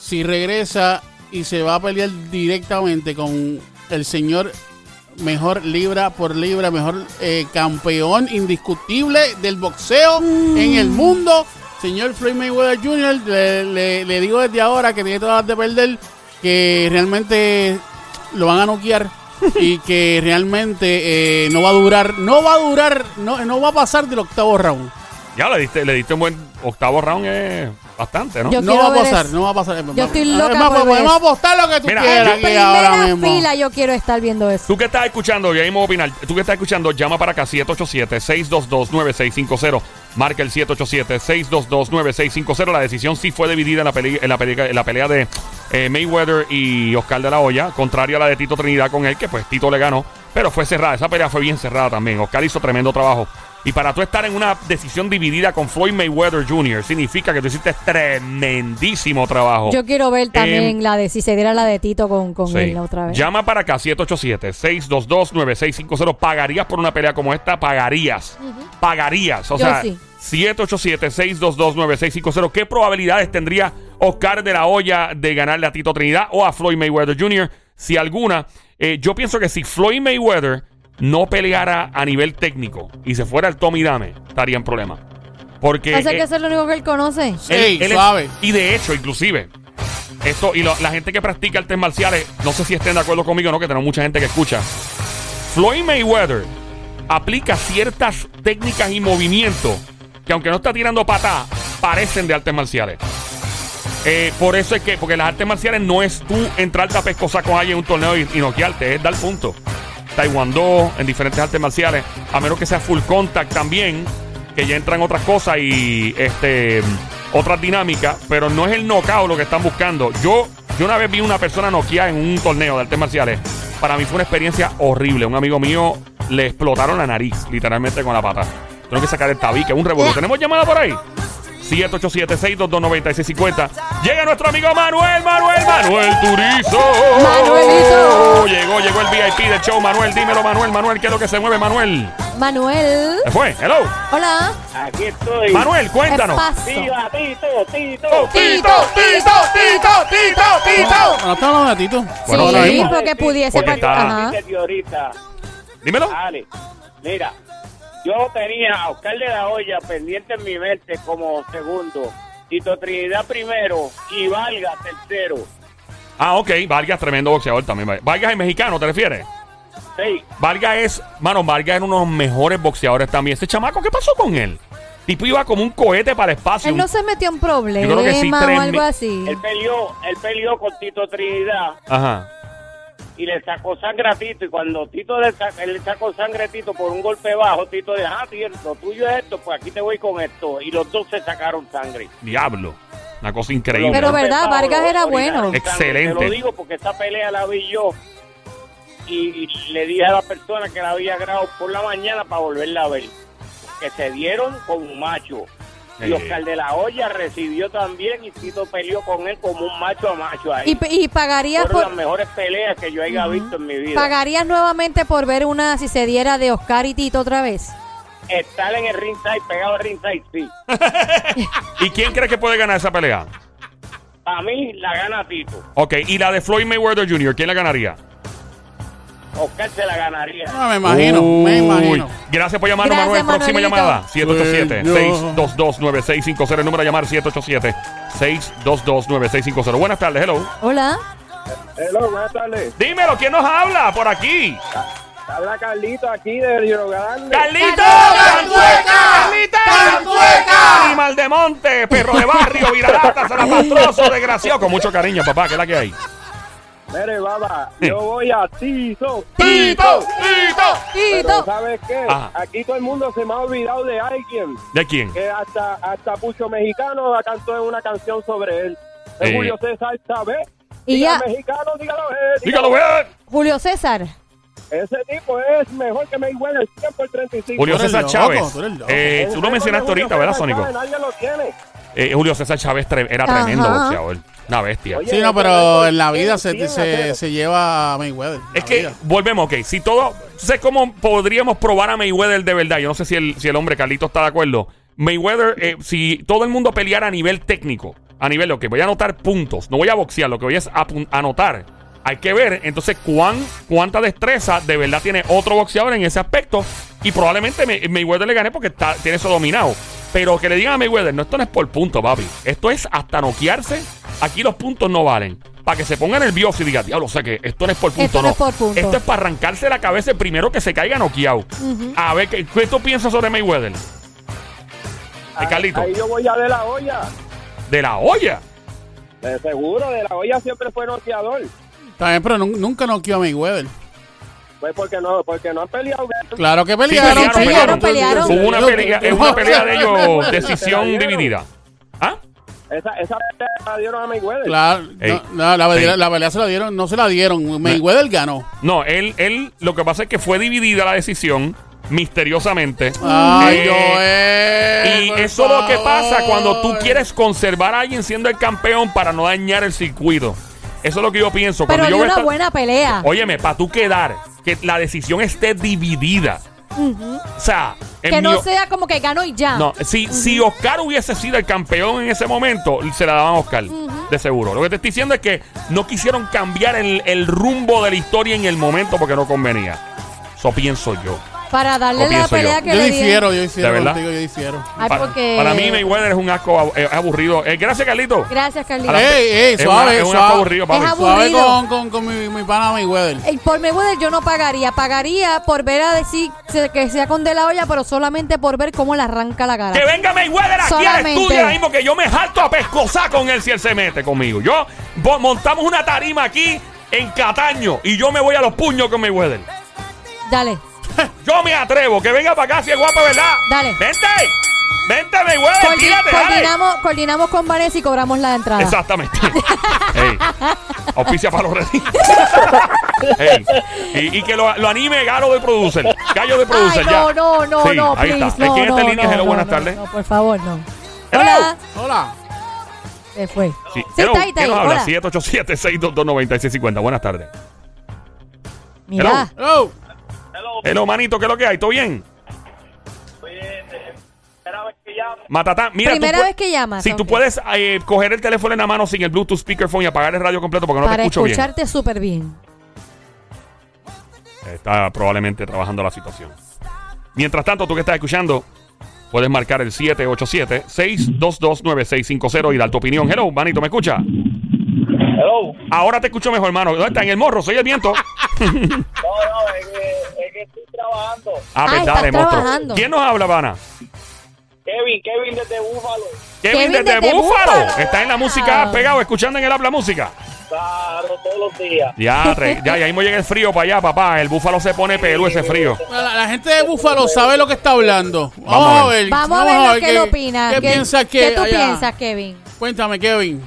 S3: si regresa y se va a pelear directamente con el señor mejor libra por libra, mejor eh, campeón indiscutible del boxeo en el mundo, señor Floyd Mayweather Jr., le, le- le digo desde ahora que tiene todas las de perder, que realmente lo van a noquear. y que realmente eh, no va a durar, no va a durar, no, no va a pasar del octavo round.
S1: Ya, le diste, le diste un buen octavo round, es bastante, ¿no?
S2: Yo
S3: no
S2: quiero
S3: va a
S2: ver
S3: pasar,
S2: eso.
S3: no va a pasar.
S2: Yo estoy
S3: Es
S2: loca
S3: más,
S2: por
S3: pues,
S2: ver
S3: podemos apostar lo que tú
S1: Mira,
S2: En la
S1: Era
S3: quieras aquí
S2: primera
S3: ahora mismo.
S2: fila yo quiero estar viendo eso.
S1: Tú que estás escuchando, ya mismo voy a opinar. Tú que estás escuchando, llama para acá 787-622-9650. Marca el 787-622-9650. La decisión sí fue dividida en la, peli- en la, peli- en la pelea de eh, Mayweather y Oscar de la Hoya, contrario a la de Tito Trinidad con él, que pues Tito le ganó. Pero fue cerrada, esa pelea fue bien cerrada también. Oscar hizo tremendo trabajo. Y para tú estar en una decisión dividida con Floyd Mayweather Jr., significa que tú hiciste tremendísimo trabajo.
S2: Yo quiero ver también
S1: Em,
S2: la de si se diera la de Tito con, con
S1: Sí.
S2: él otra vez.
S1: Llama para acá, 787-622-9650. ¿Pagarías por una pelea como esta? Pagarías. Pagarías. O
S2: Yo
S1: sea,
S2: sí.
S1: 787-622-9650. ¿Qué probabilidades tendría Oscar de la Hoya de ganarle a Tito Trinidad o a Floyd Mayweather Jr.? Si alguna. Eh, yo pienso que si Floyd Mayweather no peleara a nivel técnico y se fuera al Tommy Dame, estaría en problema. Porque.
S2: Parece
S1: eh,
S2: que eso es lo único que él conoce.
S3: Sí,
S1: él- él es-
S3: suave.
S1: y de hecho, inclusive, esto, y lo- la gente que practica artes marciales, no sé si estén de acuerdo conmigo o no, que tenemos mucha gente que escucha. Floyd Mayweather aplica ciertas técnicas y movimientos que aunque no está tirando patada, parecen de artes marciales. Eh, por eso es que, porque las artes marciales no es tú entrarte a pescosa con alguien en un torneo y, y noquearte, es dar punto. Taekwondo, en diferentes artes marciales, a menos que sea full contact también, que ya entran otras cosas y este otras dinámicas, pero no es el knockout lo que están buscando. Yo, yo una vez vi una persona noqueada en un torneo de artes marciales. Para mí fue una experiencia horrible. Un amigo mío le explotaron la nariz, literalmente con la pata. Tengo que sacar el tabique, un revuelo. ¿Tenemos llamada por ahí? 787-622-9650. Llega nuestro amigo Manuel, Manuel, Manuel Turizo.
S2: Manuelito.
S1: Llegó, llegó el VIP del show, Manuel. Dímelo, Manuel, Manuel, ¿qué es lo que se mueve, Manuel?
S2: Manuel.
S1: Se fue. Hello.
S2: Hola.
S4: Aquí estoy.
S1: Manuel, cuéntanos.
S2: Espacio.
S4: ¡Viva Tito, Tito!
S2: Tito, Tito,
S1: Tito, Tito,
S3: No, no estamos hablando de Tito.
S1: Bueno, ahora
S2: sí,
S1: mismo.
S2: porque pudiese
S1: Porque
S2: part-
S1: está-
S2: Ajá.
S4: Dice de ahorita,
S1: Dímelo.
S4: Ale, mira, yo tenía a Oscar de la Hoya pendiente en mi mente como segundo, Tito Trinidad primero y Valga tercero.
S1: Ah, ok. Vargas, tremendo boxeador también. Vargas es mexicano, ¿te refieres?
S4: Sí,
S1: Vargas es, mano, Vargas era uno de los mejores boxeadores también. Ese chamaco, ¿qué pasó con él? Tipo iba como un cohete para el espacio.
S2: Él no se metió en problemas
S1: Yo creo que sí, tres
S2: o algo
S1: mi-
S2: así.
S4: él peleó, él peleó con Tito Trinidad
S1: Ajá.
S4: y le sacó sangre a Tito y cuando Tito le, sa- él le sacó sangre a Tito por un golpe bajo, Tito dijo, ah, tío, lo tuyo es esto, pues aquí te voy con esto. Y los dos se sacaron sangre.
S1: Diablo. Una cosa increíble.
S2: Pero verdad,
S4: Pablo
S2: Vargas era
S4: Orinaron
S2: bueno.
S4: sangre.
S1: Excelente.
S4: Te lo digo porque esa pelea la vi yo y, y le dije a la persona que la había grabado por la mañana para volverla a ver. Que se dieron con un macho. Y
S1: Eh.
S4: Oscar de la Hoya recibió también y Tito peleó con él como un macho a macho
S2: Y,
S4: ahí.
S2: y pagarías
S4: Fueron
S2: por,
S4: las mejores peleas que yo haya visto en mi vida.
S2: pagarías nuevamente por ver una si se diera de Oscar y Tito otra vez.
S4: Estar en el ringside, pegado al ringside, sí.
S1: ¿Y quién cree que puede ganar esa pelea?
S4: Para mí la gana Tito.
S1: Ok, y la de Floyd Mayweather Jr., ¿quién la ganaría?
S4: Oscar se la ganaría.
S3: No, Ah, me imagino, me
S1: Uy.
S3: imagino.
S1: Gracias por llamarnos,
S2: Gracias,
S1: Manuel. Próxima
S2: Manuelito.
S1: llamada: 787-622-9650. El número a llamar: 787-622-9650. Buenas tardes, hello.
S2: Hola.
S5: Hello, buenas tardes.
S1: Dímelo, ¿quién nos habla por aquí?
S5: Habla Carlito aquí de Río Grande.
S1: ¡Carlito!
S2: ¡Cantueca!
S1: ¡Carlito!
S2: ¡Cantueca!
S1: Animal de monte, perro de barrio, viralata, zarapastroso, desgraciado. Con mucho cariño, papá, que es la que hay.
S5: Mire, baba, yo voy a Tizo.
S1: ¡Tito! ¡Tito!
S5: Pero
S2: Tito.
S5: ¿sabes qué?
S1: Ajá.
S5: Aquí todo el mundo se me ha olvidado de alguien
S1: ¿De quién?
S5: que hasta, hasta Pucho Mexicano cantó en una canción sobre él. Es
S1: Eh.
S5: Julio César, ¿sabes?
S2: Y ya,
S5: mexicano, dígalo, eh,
S1: Dígalo, güey.
S2: Julio César.
S5: Ese tipo es mejor que Mayweather, siempre el 35.
S1: Julio
S3: Tú eres
S1: César
S3: loco,
S1: Chávez.
S3: tú eres loco.
S1: Eh, tú
S5: El récord
S1: lo
S5: de
S1: mencionaste
S5: Julio
S1: ahorita, ¿verdad,
S5: César
S1: Sónico?
S5: Chávez, Nadie lo tiene.
S1: Eh, Julio César Chávez tre- era
S2: Ajá.
S1: tremendo boxeador. Una bestia.
S5: Oye,
S3: Sí, no,
S5: ese
S3: pero
S5: récord
S3: en la
S5: tiene
S3: vida se,
S5: 100 a
S3: se,
S5: cero.
S3: se lleva a Mayweather.
S1: Es
S3: la
S1: que
S3: vida.
S1: volvemos, ok. Si todo. sé cómo podríamos probar a Mayweather de verdad. Yo no sé si el, si el hombre Carlito está de acuerdo. Mayweather, eh, si todo el mundo peleara a nivel técnico, a nivel lo que voy a anotar puntos, no voy a boxear, lo que voy es a apun- anotar. Hay que ver entonces cuán, cuánta destreza de verdad tiene otro boxeador en ese aspecto. Y probablemente May- Mayweather le gane porque está- tiene eso dominado. Pero que le digan a Mayweather, no, esto no es por punto, papi. Esto es hasta noquearse. Aquí los puntos no valen. Para que se ponga nervioso y diga, diablo, o sea que esto no es por punto,
S2: Esto no es por punto.
S1: Esto es para arrancarse la cabeza el primero que se caiga noqueado. A ver, ¿qué, qué tú piensas sobre Mayweather?
S3: Ah,
S1: Eh, Carlito,
S5: Ahí yo voy a de la olla.
S1: de la olla.
S5: De seguro, de la olla siempre fue noqueador.
S3: También, pero nun- nunca noqueó a Mayweather.
S5: Pues porque no, porque no han peleado. ¿verdad?
S3: Claro que pelearon.
S2: pelearon,
S3: pelearon,
S2: pelearon.
S1: Hubo una
S3: Yo-
S1: pelea,
S3: yo-
S1: es una pelea de ellos, decisión
S5: Pero,
S1: dividida. ¿Ah?
S5: Esa, esa pelea la dieron a Mayweather.
S3: Claro,
S1: Ey.
S3: no, no, la,
S1: Ey.
S3: pelea, la pelea se la dieron, no se la dieron. Mayweather ganó.
S1: No, él, él, lo que pasa es que fue dividida la decisión misteriosamente.
S3: Ay,
S1: Eh,
S3: Joel.
S1: Y
S3: por
S1: eso es lo que pasa
S3: favor.
S1: cuando tú quieres conservar a alguien siendo el campeón para no dañar el circuito. Eso es lo que yo pienso.
S2: Pero
S1: Cuando
S2: dio
S1: yo veo
S2: una
S1: esta-
S2: buena pelea.
S1: Óyeme, para tú quedar, que la decisión esté dividida. O sea, en
S2: Que
S1: mi
S2: no
S1: o-
S2: sea como que ganó y ya.
S1: no, si, si Oscar hubiese sido el campeón en ese momento, se la daban a Oscar, de seguro. Lo que te estoy diciendo es que no quisieron cambiar el, el rumbo de la historia en el momento porque no convenía. Eso pienso yo.
S2: Para darle
S1: Lo
S2: la
S1: pienso
S2: pelea
S1: yo.
S2: que
S3: Yo
S2: le dieron.
S3: difiero, yo difiero
S1: ¿De verdad?
S3: contigo, yo difiero.
S2: Ay,
S1: Pa-
S2: porque...
S1: Para mí Mayweather es un asco ab- eh, aburrido. Eh, gracias, Carlito.
S2: Gracias, Carlitos.
S1: Para-
S3: Ey, ey,
S1: es
S3: suave,
S1: una- es un
S3: suave.
S1: asco aburrido, papi.
S2: Es abu-
S3: Suave
S2: Aburrido.
S3: con, con, con mi, mi pana Mayweather.
S2: El por Mayweather yo no pagaría. Pagaría por ver a decir se- que sea con De La Hoya, pero solamente por ver cómo le arranca la
S1: Que
S2: cara.
S1: venga Mayweather aquí al
S2: Solamente.
S1: estudio ahora mismo que yo me jalto a pescozar con él si él se mete conmigo. Yo bo- montamos una tarima aquí en Cataño y yo me voy a los puños con Mayweather.
S2: Dale.
S1: Yo me atrevo, que venga para acá si es guapa, ¿verdad?
S2: Dale.
S1: Vente, vente Mayweather,
S2: Coordi-
S1: tírate, dale.
S2: coordinamos, coordinamos con Vanessa y cobramos la entrada.
S1: Exactamente. Ey, Auspicia para los reyes. Ey, Y, y que lo, lo anime Galo de Producer. Gallo de
S2: Ay,
S1: Producer, ya.
S2: no, no, no,
S1: Sí,
S2: no,
S1: ahí
S2: please,
S1: está.
S2: no,
S1: Aquí en esta
S2: no,
S1: línea,
S2: no,
S1: hello,
S2: no,
S1: buenas
S2: no,
S1: tardes.
S2: no, por favor, no.
S1: Hello.
S2: Hola.
S3: Hola.
S2: Se fue.
S1: Sí,
S2: Sí,
S1: hello,
S2: está ahí, está
S1: ¿quién
S2: ahí,
S1: nos habla?
S2: hola.
S1: 787-622-9650. Buenas tardes.
S2: Mira.
S1: Hello.
S3: Hello.
S1: Hello, manito, ¿qué es lo que hay? ¿Todo bien? Matatán. Mira, tú
S2: Primera
S1: pue-
S2: vez que llamas,
S1: Si tú
S2: ok.
S1: puedes eh, coger el teléfono en la mano sin el Bluetooth speakerphone y apagar el radio completo porque no
S2: para
S1: te escucho
S2: escucharte súper bien.
S1: bien. Está probablemente trabajando la situación. Mientras tanto, tú que estás escuchando, puedes marcar el 787-622-9650 y dar tu opinión. Hello, manito, ¿me escucha?
S4: Hello.
S1: Ahora te escucho mejor, hermano. ¿Dónde está? En el morro, soy el viento. Ah,
S4: No, no, es que, es que estoy trabajando.
S1: Ah,
S2: Ah,
S1: pues dale,
S2: estás
S1: monstruo.
S2: trabajando.
S1: ¿Quién nos habla, pana?
S4: Kevin, Kevin desde Búfalo.
S1: Kevin,
S2: Kevin
S1: desde,
S2: desde
S1: Búfalo.
S2: Búfalo.
S1: Está en la música pegado, escuchando en el habla música.
S4: Claro, todos los días.
S1: Ya, re- ya, ya mismo llega el frío para allá, papá. El búfalo se pone pelú ese frío.
S3: La, la gente de Búfalo sabe lo que está hablando. Vamos,
S1: Vamos a
S3: a ver.
S2: Vamos a ver lo que
S3: qué-
S2: él opina.
S3: ¿Qué, piensas que
S2: ¿Qué tú
S3: allá?
S2: piensas, Kevin?
S3: Cuéntame, Kevin.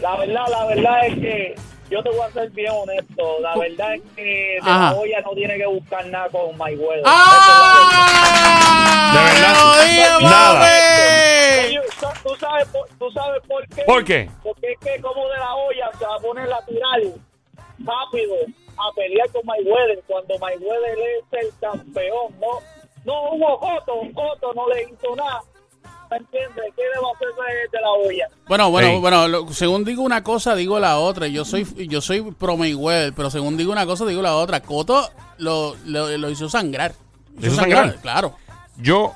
S4: La verdad, la verdad es que yo te voy a ser bien honesto. La verdad es que
S3: Ajá.
S4: la olla no tiene que buscar nada con My Weather.
S3: ¡Ah!
S1: De verdad,
S3: ¡Te lo dije,
S1: nada.
S3: mami!
S4: ¿Tú sabes, por, ¿Tú sabes por qué?
S1: ¿Por qué?
S4: Porque es que como de la olla se va a poner a tirar rápido a pelear con Mayweather cuando Mayweather es el campeón, ¿no? No hubo Coto, Coto no le hizo nada. ¿Me entiendes? ¿Qué le va a hacer de- de la olla?
S3: Bueno, bueno,
S1: Ey.
S3: bueno, lo- según digo una cosa, digo la otra. Yo soy yo soy pro Mayweather, pero según digo una cosa, digo la otra. Coto lo, lo, lo hizo sangrar.
S1: ¿Lo hizo sangrar?
S3: Claro.
S1: Yo.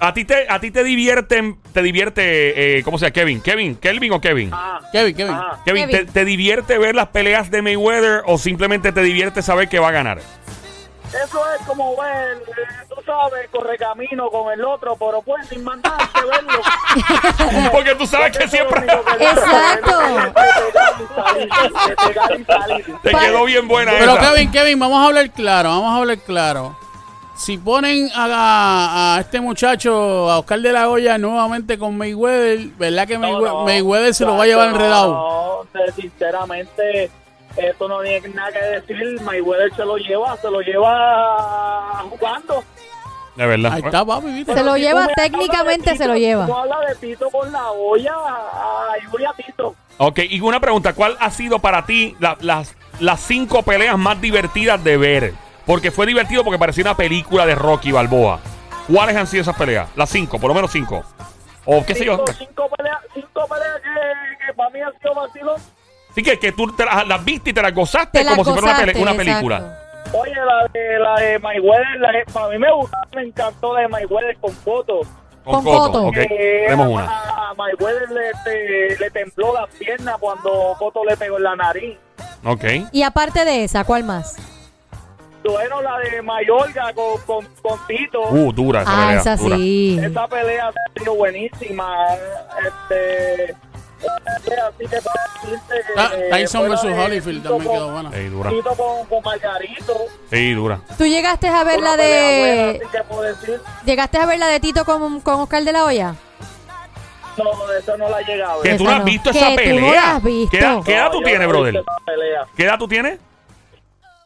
S1: A ti te, a ti te divierte, te divierte, eh, ¿cómo se llama? Kevin. Kevin, Kelvin o Kevin.
S3: Kevin, Kevin.
S1: Kevin, ¿te,
S2: Kevin.
S1: te divierte ver las peleas de Mayweather o simplemente te divierte saber que va a ganar?
S4: Eso es como ver, eh, tú sabes, corre camino con el otro, pero pues sin mandarse verlo.
S1: Porque tú sabes que
S4: Eso es lo
S1: siempre
S4: único que le hace,
S2: Exacto.
S4: es pegar y salir, es pegar y salir.
S1: te quedó bien buena
S3: Pero
S1: esa.
S3: Kevin, Kevin, vamos a hablar claro, vamos a hablar claro. Si ponen a, a- a este muchacho, a Oscar de la Hoya, nuevamente con Mayweather, ¿verdad que Maywe-
S4: No, no,
S3: Mayweather se lo va a llevar
S4: no,
S3: enredado?
S4: No, te- sinceramente, esto no tiene nada que decir. Mayweather se lo lleva, se lo lleva jugando.
S1: De verdad.
S3: Ahí está, papi, ¿viste?
S2: Se lo
S4: Si tú
S2: lleva,
S4: me hablas de
S2: técnicamente
S4: Tito,
S2: se lo lleva.
S4: Tú hablas de Tito con la olla, ay, voy a Tito.
S1: Ok, y una pregunta, ¿cuál ha sido para ti la- las, las cinco peleas más divertidas de ver? Porque fue divertido porque parecía una película de Rocky Balboa. ¿Cuáles han sido esas peleas? Las cinco, por lo menos cinco. O qué sé yo.
S4: Cinco, cinco peleas, cinco peleas que, que para mí han sido vacilón.
S1: Así que, que tú te las, las viste y te las gozaste
S2: Te la
S1: como si fuera una,
S2: gozaste,
S1: pele- una
S2: exacto.
S1: película.
S4: Oye, la de, la de Mayweather, la de- para mí me gustó, me encantó la de Mayweather con fotos.
S2: Con Cotto.
S1: Ok,
S4: Eh,
S1: tenemos
S4: a-
S1: una.
S4: A, a Mayweather le, te- le tembló la pierna cuando Cotto le pegó en la nariz.
S1: Ok.
S2: Y aparte de esa, ¿cuál más?
S4: Bueno, la de Mayorga con, con, con Tito.
S1: Uh, dura esa
S2: Ah,
S1: pelea.
S2: esa
S1: dura.
S2: sí.
S4: Esa pelea ha sido buenísima. Este. Así que para decirte que, eh,
S3: Ta- Tyson
S4: fue la
S3: versus
S4: de
S3: Holyfield
S4: Tito
S3: también
S4: con-
S3: quedó buena.
S1: Sí, dura.
S4: Tito con, con Margarito.
S1: Sí, dura.
S2: ¿Tú llegaste a ver
S4: Una
S2: la
S4: pelea
S2: de...
S4: buena, así que puedo decir,
S2: ¿Llegaste a ver la de Tito con, con Oscar de la Hoya?
S4: no, esa no la he llegado.
S1: Que
S2: Esa
S1: tú no has
S2: no.
S1: visto
S2: Que
S1: esa
S2: tú no
S1: pelea.
S2: la has visto.
S1: ¿Qué edad, qué edad
S4: No,
S1: tú
S4: yo
S1: tienes,
S4: no he
S1: brother?
S4: visto esa pelea.
S1: ¿Qué edad tú tienes?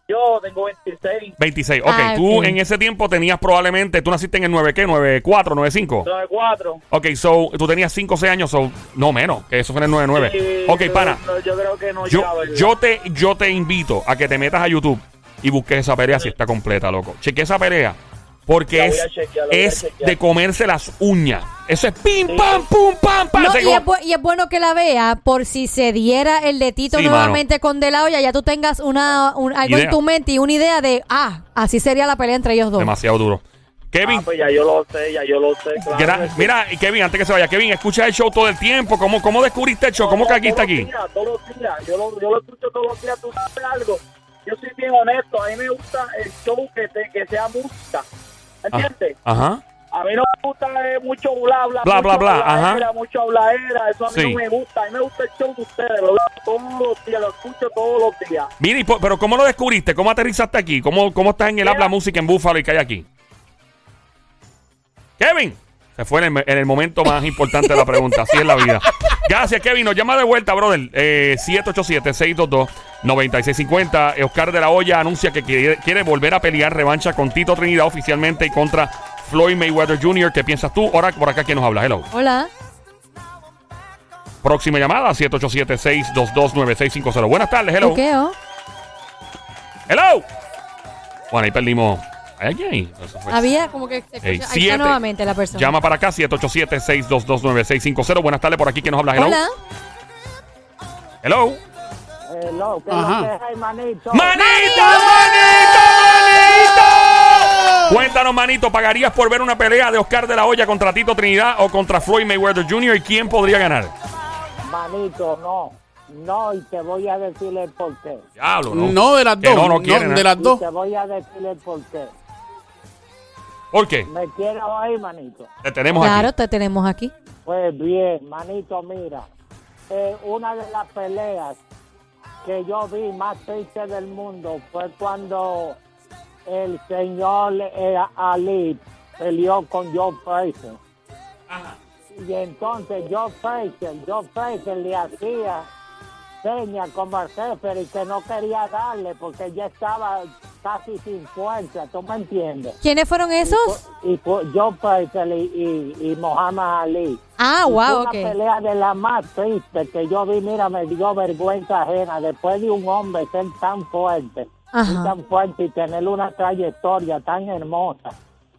S4: Yo tengo 26.
S1: 26. Ok,
S2: Ah,
S1: tú
S2: ok.
S1: en ese tiempo tenías probablemente, tú naciste en el 9, ¿qué? 94, 95.
S4: Soy cuatro.
S1: Ok, so, tú tenías 5 o 6 años, so, no menos, que eso fue en el 99.
S4: Sí,
S1: Pues, ok,
S4: no,
S1: pana,
S4: no, yo creo que no
S1: yo,
S4: llegaba, ¿verdad?
S1: yo, te, yo te invito a que te metas a YouTube y busques esa pelea si está completa, loco. Cheque esa pelea, porque
S4: La voy
S1: es,
S4: a chequear, la voy a
S1: es
S4: chequear.
S1: de comerse las uñas. Eso es pim,
S4: Sí.
S1: pam, pum, pam, pam.
S2: No,
S1: se
S2: y,
S1: co-
S2: es, bu- y es bueno que la vea por si se diera el de Tito
S1: Sí,
S2: nuevamente con De La Hoya, ya tú tengas una, un- algo
S1: Idea.
S2: en tu mente y una idea de, ah, así sería la pelea entre ellos dos.
S1: Demasiado duro. Kevin,
S4: Ah, pues ya yo lo sé, ya yo lo sé. claro
S1: gra-
S4: que sí.
S1: mira, y Kevin, antes que se vaya, Kevin, escucha el show todo el tiempo. ¿Cómo, cómo descubriste el show? ¿Cómo
S4: Todos-
S1: caquiste
S4: todos
S1: aquí?
S4: los días, todos los días. Yo lo, yo lo escucho todos los días. Tú sabes algo. Yo soy bien honesto. A mí me gusta el show que, te- que sea música.
S1: Ah.
S4: ¿Entiendes?
S1: Ajá.
S4: A mí no me gusta eh, mucho bla, bla,
S1: Bla,
S4: mucho
S1: bla, bla,
S4: hablaera,
S1: ajá.
S4: Mucho hablaera. Eso a mí
S1: Sí.
S4: no me gusta. A mí me gusta el show de ustedes. Lo veo todos los días. Lo escucho todos los días.
S1: Mira, y po- pero ¿cómo lo descubriste? ¿Cómo aterrizaste aquí? ¿Cómo, cómo estás en el
S4: Mira.
S1: habla música en Búfalo y que hay aquí? Kevin, se fue en el, en el momento más importante de la pregunta. Así es la vida. Gracias, Kevin. Nos llama de vuelta, brother. Eh, 787-622-9650. Oscar de la Hoya anuncia que quiere, quiere volver a pelear revancha con Tito Trinidad oficialmente y contra Floyd Mayweather Jr. ¿Qué piensas tú? Ahora por acá, ¿quién nos habla? Hello.
S2: Hola.
S1: Próxima llamada, 787-622-9650. Buenas tardes, hello.
S2: ¿Qué? oh?
S1: Hello. Bueno, ahí perdimos ¿Hay alguien ahí? Eso fue-
S2: Había como que se escucha-
S1: Ey,
S2: ahí
S1: Pues, siete.
S2: está nuevamente la persona.
S1: Llama para acá, 787-622-9650. Buenas tardes por aquí, que nos habla? Hello.
S2: Hola.
S1: Hello.
S4: Hello, Eh, ¿qué
S3: Ajá.
S4: es lo que hay, manito?
S1: ¡Manito, manito, manito! Cuéntanos, manito, ¿pagarías por ver una pelea de Oscar de la Hoya contra Tito Trinidad o contra Floyd Mayweather Jr.? ¿Y quién podría ganar?
S4: Manito, no. No, y te voy a decir el porqué.
S1: Diablo,
S3: No, de las
S1: Que
S3: dos.
S1: No, no
S3: no,
S1: quieren, ¿eh?
S3: de las
S4: Y
S3: dos.
S4: te voy a decir el porqué.
S1: ¿Por qué?
S4: ¿Me quieres oír, manito?
S1: Te tenemos
S2: Claro,
S1: aquí.
S2: te tenemos aquí.
S4: Pues bien, manito, mira. eh, una de las peleas que yo vi más triste del mundo fue cuando el señor eh, Ali peleó con Joe Frazier. Y entonces Joe Frazier, Joe Frazier le hacía señas como el jefe y que no quería darle porque ya estaba casi sin fuerza, ¿tú me entiendes?
S2: ¿Quiénes fueron esos?
S4: Y fue Joe Frazier y, y, y Muhammad Ali.
S2: Ah,
S4: Y
S2: wow,
S4: fue Una
S2: ok.
S4: pelea de la más triste que yo vi, mira, me dio vergüenza ajena. Después de un hombre ser tan fuerte,
S2: Ajá.
S4: y tan fuerte y tener una trayectoria tan hermosa,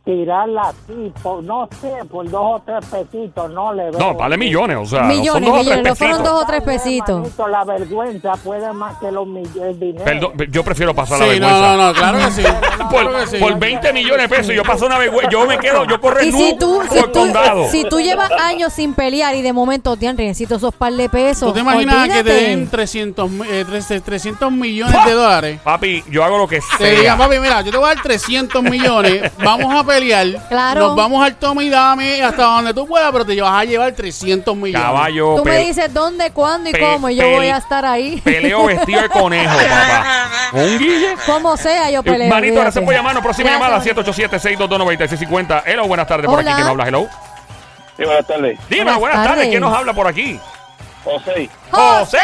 S4: tirarla así, por, no sé, por dos o tres pesitos, no le veo.
S1: No, vale millones, o sea, no son
S2: Millones,
S1: dos o tres
S2: millones, no fueron
S1: pesitos.
S2: dos o tres
S4: Está bien,
S2: pesitos.
S4: manito, la vergüenza puede más que los millones de dinero.
S1: Perdón, yo prefiero pasar la
S3: Sí,
S1: vergüenza.
S3: no, no, no, claro que sí.
S1: Por,
S3: claro que sí.
S1: por 20 millones de pesos yo paso una vergüenza. Yo me quedo, yo corro
S2: Y
S1: el
S2: si tú, si
S1: por
S2: tú,
S1: condado.
S2: si tú llevas años sin pelear y de momento, diantre, necesito esos par de pesos.
S3: ¿Tú te imaginas que te
S2: olvídate.
S3: den 300, mi- eh, 300 300 millones de dólares?
S1: Papi, yo hago lo que
S3: Te
S1: sea.
S3: digan, papi, mira, yo te voy a dar 300 millones, vamos a pelear,
S2: Claro.
S3: nos vamos al toma y dame hasta donde tú puedas, pero te vas a llevar 300 millones.
S1: Caballo,
S2: Tú me
S1: pe-
S2: dices dónde, cuándo y
S1: pe-
S2: cómo, y yo
S1: pele- este.
S2: voy a estar ahí.
S1: peleo vestido de conejo, papá. ¿Un guille?
S2: Como sea, yo peleo.
S1: Eh, Manito,
S2: olvídate.
S1: gracias por llamarnos. Próxima
S2: Gracias,
S1: llamada,
S2: manito.
S1: 787-622-9650. Hello, buenas tardes por
S2: Hola.
S1: aquí. ¿Quién habla? Hello.
S5: Sí, buenas tardes.
S1: Dime, buenas,
S2: Buenas
S1: tardes.
S2: tardes.
S1: ¿Quién nos habla por aquí?
S5: José,
S1: ¡José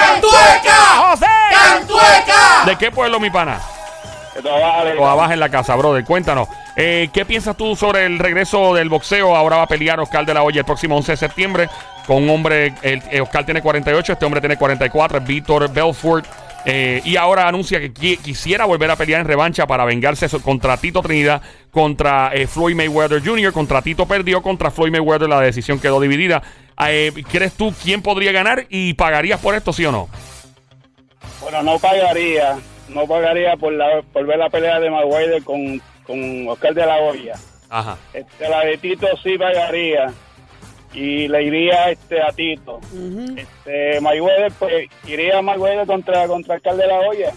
S1: Cantueca! ¡José Cantueca! ¿De qué pueblo, mi pana?
S5: que trabaja de
S1: O abajo en la casa, brother. Cuéntanos. eh, ¿Qué piensas tú sobre el regreso del boxeo? Ahora va a pelear Oscar de la Hoya el próximo 11 de septiembre con un hombre. el- eh, Oscar tiene 48, este hombre tiene 44, es Víctor Belfort. eh, y ahora anuncia que qui- quisiera volver a pelear en revancha para vengarse so- contra Tito Trinidad, contra eh, Floyd Mayweather Jr., contra Tito perdió, contra Floyd Mayweather la decisión quedó dividida. Eh, ¿Crees tú quién podría ganar y pagarías por esto, sí o no?
S5: Bueno, no pagaría, no pagaría por, la, por ver la pelea de Mayweather con, con Oscar de la Hoya.
S1: Ajá.
S5: Este, la de Tito sí pagaría y le iría este, a Tito. este, Mayweather, pues, iría a Mayweather contra, contra Oscar de la Hoya.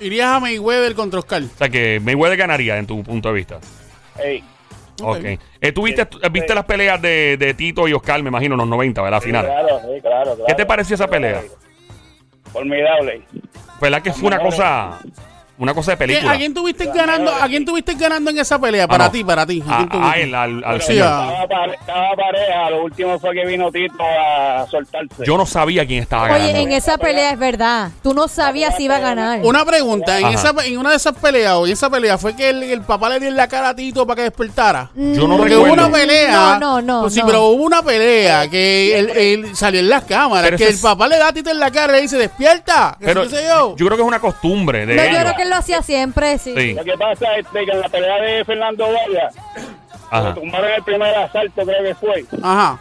S3: Irías a Mayweather contra Oscar.
S1: O sea que Mayweather ganaría en tu punto de vista.
S5: Ey,
S1: Ok.
S3: Ok.
S1: Eh, ¿Tú viste,
S5: Este-
S1: viste las peleas de, de Tito y Oscar, me imagino, en los 90, ¿verdad?
S5: sí,
S1: Final.
S5: claro, sí, claro, claro.
S1: ¿Qué te pareció esa pelea?
S5: Formidable.
S1: ¿Verdad que fue una cosa una cosa de
S3: ¿Qué-
S1: película?
S3: ¿A quién tuviste ganando? ¿A quién tuviste ganando en esa pelea?
S1: Ah,
S3: Para
S1: no.
S3: ti, para ti. ¿A
S1: A,
S3: quién tuviste?
S1: a él, al, al
S5: Pero
S3: sí,
S1: señor.
S3: a-
S5: estaba, pare- estaba pareja, lo último fue que vino Tito a soltarse.
S1: Yo no sabía quién estaba ganando.
S2: Oye, en esa pelea es verdad. Tú no sabías si iba a ganar.
S3: Una pregunta, en,
S1: Ajá.
S3: esa, en una de esas peleas, o en esa pelea, ¿fue que el, el papá le dio en la cara a Tito para que despertara?
S2: Mm,
S1: Yo no
S3: Porque
S1: recuerdo.
S3: hubo una pelea.
S2: No, no, no,
S3: Pues sí,
S2: no.
S3: pero hubo una pelea que él, él salió en las cámaras.
S1: Pero
S3: que
S1: ese
S3: el
S1: es-
S3: papá le da a Tito en la cara y le dice: Despierta. que
S1: Pero
S3: sí, qué sé yo.
S1: yo creo que es una costumbre de
S2: No, yo
S1: ellos.
S2: creo que él lo hacía siempre, sí.
S1: Sí.
S5: Lo que pasa es que en la pelea de Fernando Valla,
S1: Ajá.
S5: lo tumbaron el primer asalto, creo que fue.
S3: Ajá.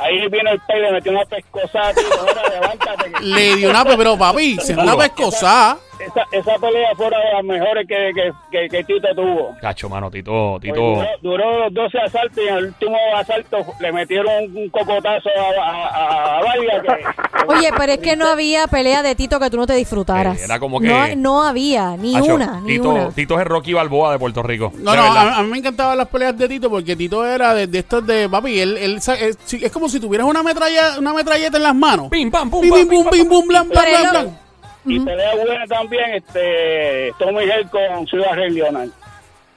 S5: Ahí vino el pey, le metió una pescosada. tío, ahora levántate. que-
S3: Le dio una. Pero papi, se
S1: Seguro.
S3: una pescosada.
S5: Esa, esa pelea fue una de las mejores que, que, que, que Tito tuvo.
S1: Cacho, mano, Tito,
S5: Pues
S1: Tito.
S5: Duró, duró los 12 asaltos y en el último asalto le metieron un cocotazo a, a, a- a Valla que-
S2: Oye, pero es que no había pelea de Tito que tú no te disfrutaras.
S1: Sí, era como que-
S2: No, no había, ni
S1: Cacho,
S2: una, ni
S1: Tito,
S2: una.
S1: Tito es el Rocky Balboa de Puerto Rico.
S3: No,
S1: De
S3: no,
S1: verdad.
S3: a, a mí me encantaban las peleas de Tito porque Tito era de, de estos de. Papi, él, él sa- es, sí, es como si tuvieras una, metralla, una metralleta en las manos.
S1: Pim, pam, pum,
S3: Bim,
S1: pam,
S3: bim, bum,
S1: pam,
S3: bim, bum, blan, blan,
S2: Pero
S3: blan,
S2: lo-
S3: blan.
S5: Y pelea buena también este, Tommy Hill con Ciudad Rey Leonard.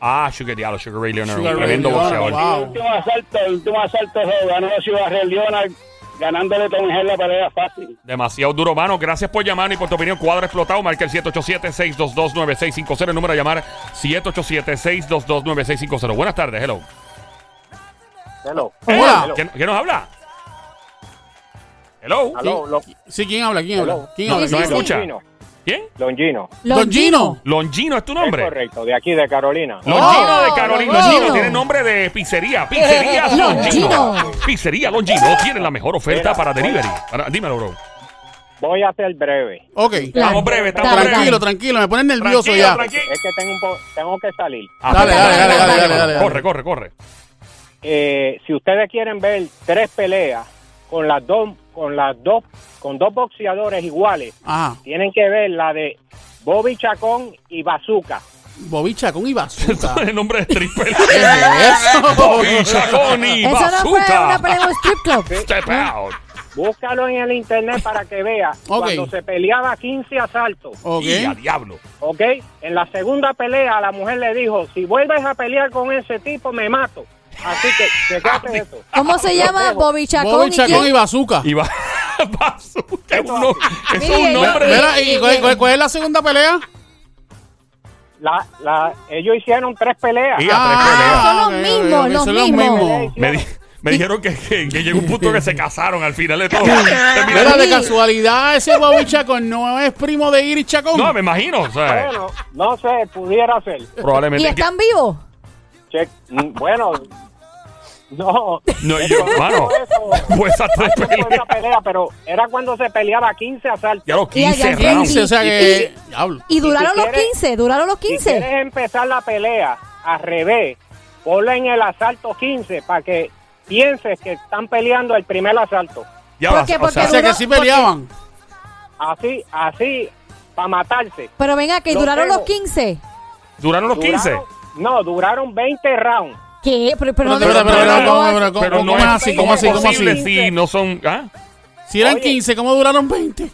S1: Ah, Sugar Diablo, Sugar Ray Leonard.
S3: Sugar Ray
S1: tremendo
S3: Leonard,
S1: boxeador.
S3: wow.
S5: El último asalto, el último asalto lo ganó Ciudad Rey Leonard, ganándole Tommy Hill la pelea fácil.
S1: Demasiado duro, mano. Gracias por llamarnos y por tu opinión. Cuadro explotado. Marca el 787-622-9650. El número a llamar 787-622-9650. Buenas tardes, hello.
S5: Hello.
S3: Hola.
S1: ¿Quién, quién nos habla? Hello.
S5: Aló, lo-
S3: Sí, ¿quién habla? ¿Quién habla?
S5: Hello.
S3: ¿Quién
S1: No,
S3: habla?
S1: no
S2: sí,
S1: me
S2: sí.
S1: escucha.
S5: Chino.
S1: ¿Quién?
S5: Longino.
S3: Don Gino.
S1: Longino es tu
S5: Es
S1: nombre.
S5: correcto, de aquí, de Carolina.
S1: Longino de
S2: Oh,
S1: Carolina.
S2: Longino.
S1: Longino tiene nombre de pizzería. Pizzería Longino.
S2: Longino.
S1: Pizzería Longino tiene la mejor oferta
S5: Mira,
S1: para delivery. Ahora, dímelo, bro.
S5: Voy a ser breve.
S3: Ok.
S1: Estamos breves, estamos
S2: Dale,
S1: breves.
S3: Tranquilo, tranquilo, me pones nervioso
S1: Tranquilo,
S3: ya.
S1: tranquilo.
S5: Es que tengo, un po- tengo que salir.
S1: Ah,
S3: Dale,
S1: espérate,
S2: dale,
S1: espérate,
S2: dale,
S1: espérate.
S3: dale, dale.
S1: Corre, corre, corre.
S5: Eh, si ustedes quieren ver tres peleas con las dos, con las dos, con dos boxeadores iguales,
S3: Ajá.
S5: tienen que ver la de Bobby Chacón y Bazooka.
S3: Bobby Chacón y Bazooka.
S1: El nombre de stripper.
S3: ¿Qué es
S1: Bobby
S3: eso?
S1: Chacón y
S2: Eso no fue
S1: Bazooka. Este
S2: una pelea en un strip club.
S1: Step out.
S5: Búscalo en el internet para que vea cuando se peleaba 15 asaltos,
S3: Ok.
S1: Y a diablo.
S5: ¿ok? En la segunda pelea la mujer le dijo, si vuelves a pelear con ese tipo me mato. Así que, checate eso.
S2: ¿Cómo se llama?
S5: dejo.
S2: Bobby Chacón.
S3: Bobby
S2: y
S3: Chacón y
S2: quién?
S3: Bazooka.
S1: Y va. Bazooka. Es un, no- es
S2: Mire,
S1: un nombre de.
S3: Mira, ¿y cuál, cuál- cuál es la segunda pelea?
S5: La, la, ellos hicieron tres peleas.
S1: Mira, tres peleas.
S3: Ah.
S2: son los
S3: ok,
S2: mismos,
S3: ok,
S2: los
S3: son
S2: mismos.
S1: Me, di- me dijeron que, que- que llegó un punto que se casaron al final de todo.
S3: Mira, de
S2: Sí.
S3: casualidad, ese Bobby Chacón no es primo de Iris Chacón.
S1: No, me imagino. o sea,
S5: Bueno, no sé, pudiera ser.
S2: ¿Y
S1: probablemente. que-
S2: están vivos?
S5: Che- mm, bueno, no.
S1: no, yo, mano. Pues esas tres
S5: no fue
S1: peleas.
S5: esa pelea, pero era cuando se peleaba 15 asaltos.
S1: Ya los
S2: Y allá en
S1: 15 rounds.
S3: 15, o sea
S5: Y-
S3: que. Diablo.
S2: Y duraron
S5: si
S2: los
S5: quieres-
S2: 15, duraron los
S5: Si
S2: 15.
S5: quieres empezar la pelea al revés, ponla en el asalto 15 para que pienses que están peleando el primer asalto.
S1: Ya vas,
S2: Porque-
S1: o sea,
S3: O sea que sí peleaban.
S5: Así, así, para matarse.
S2: Pero venga, que
S5: Los
S2: duraron los
S5: dejo.
S2: 15.
S1: duraron los 15.
S5: Duraron- no, duraron 20 rounds.
S2: ¿Qué? Pero, pero no
S3: Pero, pero, pero,
S1: no, no,
S3: pero, ¿cómo- pero, ¿cómo-
S1: Pero
S3: cómo
S1: no
S3: es
S1: es
S3: así? ¿Cómo así? ¿Cómo
S1: posible
S3: así?
S1: si no son. ¿ah?
S3: Si eran
S5: Oye.
S3: 15, ¿cómo duraron 20?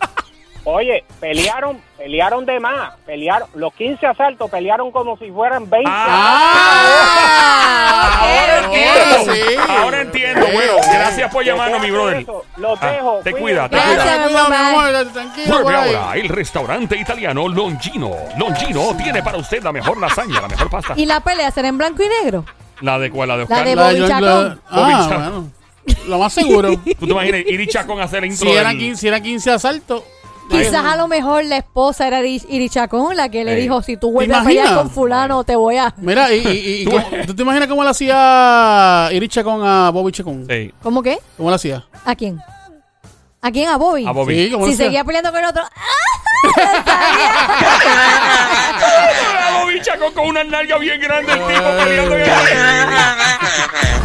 S5: Oye, pelearon, pelearon de más. Pelearon, los 15 asaltos pelearon como si fueran 20.
S1: Ah. Ahora
S3: Ah,
S1: entiendo.
S3: ahora sí.
S1: Ahora entiendo.
S3: Sí.
S1: Bueno, gracias por
S5: Te
S1: llamarnos, mi
S5: dejo
S1: brother.
S5: eso, los
S1: Ah,
S5: dejo,
S1: Te
S5: cuídate.
S1: cuida,
S2: Gracias.
S1: te cuida.
S3: Cuidado, cuidado, mi
S2: mamá. ¿eh?
S3: amor, tranquilo por
S1: Vuelve
S3: ahí.
S1: ahora el restaurante italiano Longino. Longino tiene para usted la mejor lasaña, la mejor pasta.
S2: ¿Y la pelea será en blanco y negro?
S1: ¿La de cuál? La de Oscar.
S2: de-
S3: La de
S2: Bobby
S3: John-
S2: Chacón.
S3: la-
S1: Bobby
S3: Ah,
S1: Chacón.
S3: bueno. Lo más seguro.
S1: ¿Tú te imaginas ir y Chacón a hacer el intro?
S3: si, eran
S1: del-
S3: 15, si eran 15 asaltos.
S2: Quizás a lo mejor la esposa era Iri- Irichacón la que le
S1: Ey.
S2: dijo, si tú vuelves a pelear
S3: imaginas?
S2: con fulano, te voy a...
S3: Mira, y, y- y- ¿cómo- ¿tú te imaginas cómo le hacía Iris Chacón a Bobby Chacón?
S1: Sí,
S2: ¿Cómo qué?
S3: ¿Cómo le hacía?
S2: ¿A quién? ¿A quién? ¿A Bobby?
S1: a Bobby.
S3: Sí, ¿cómo le
S2: Si
S3: hacía?
S2: seguía peleando con el otro... ¡ah!
S1: A Bobby Chacón con una nalga bien grande, el tipo peleando. bien-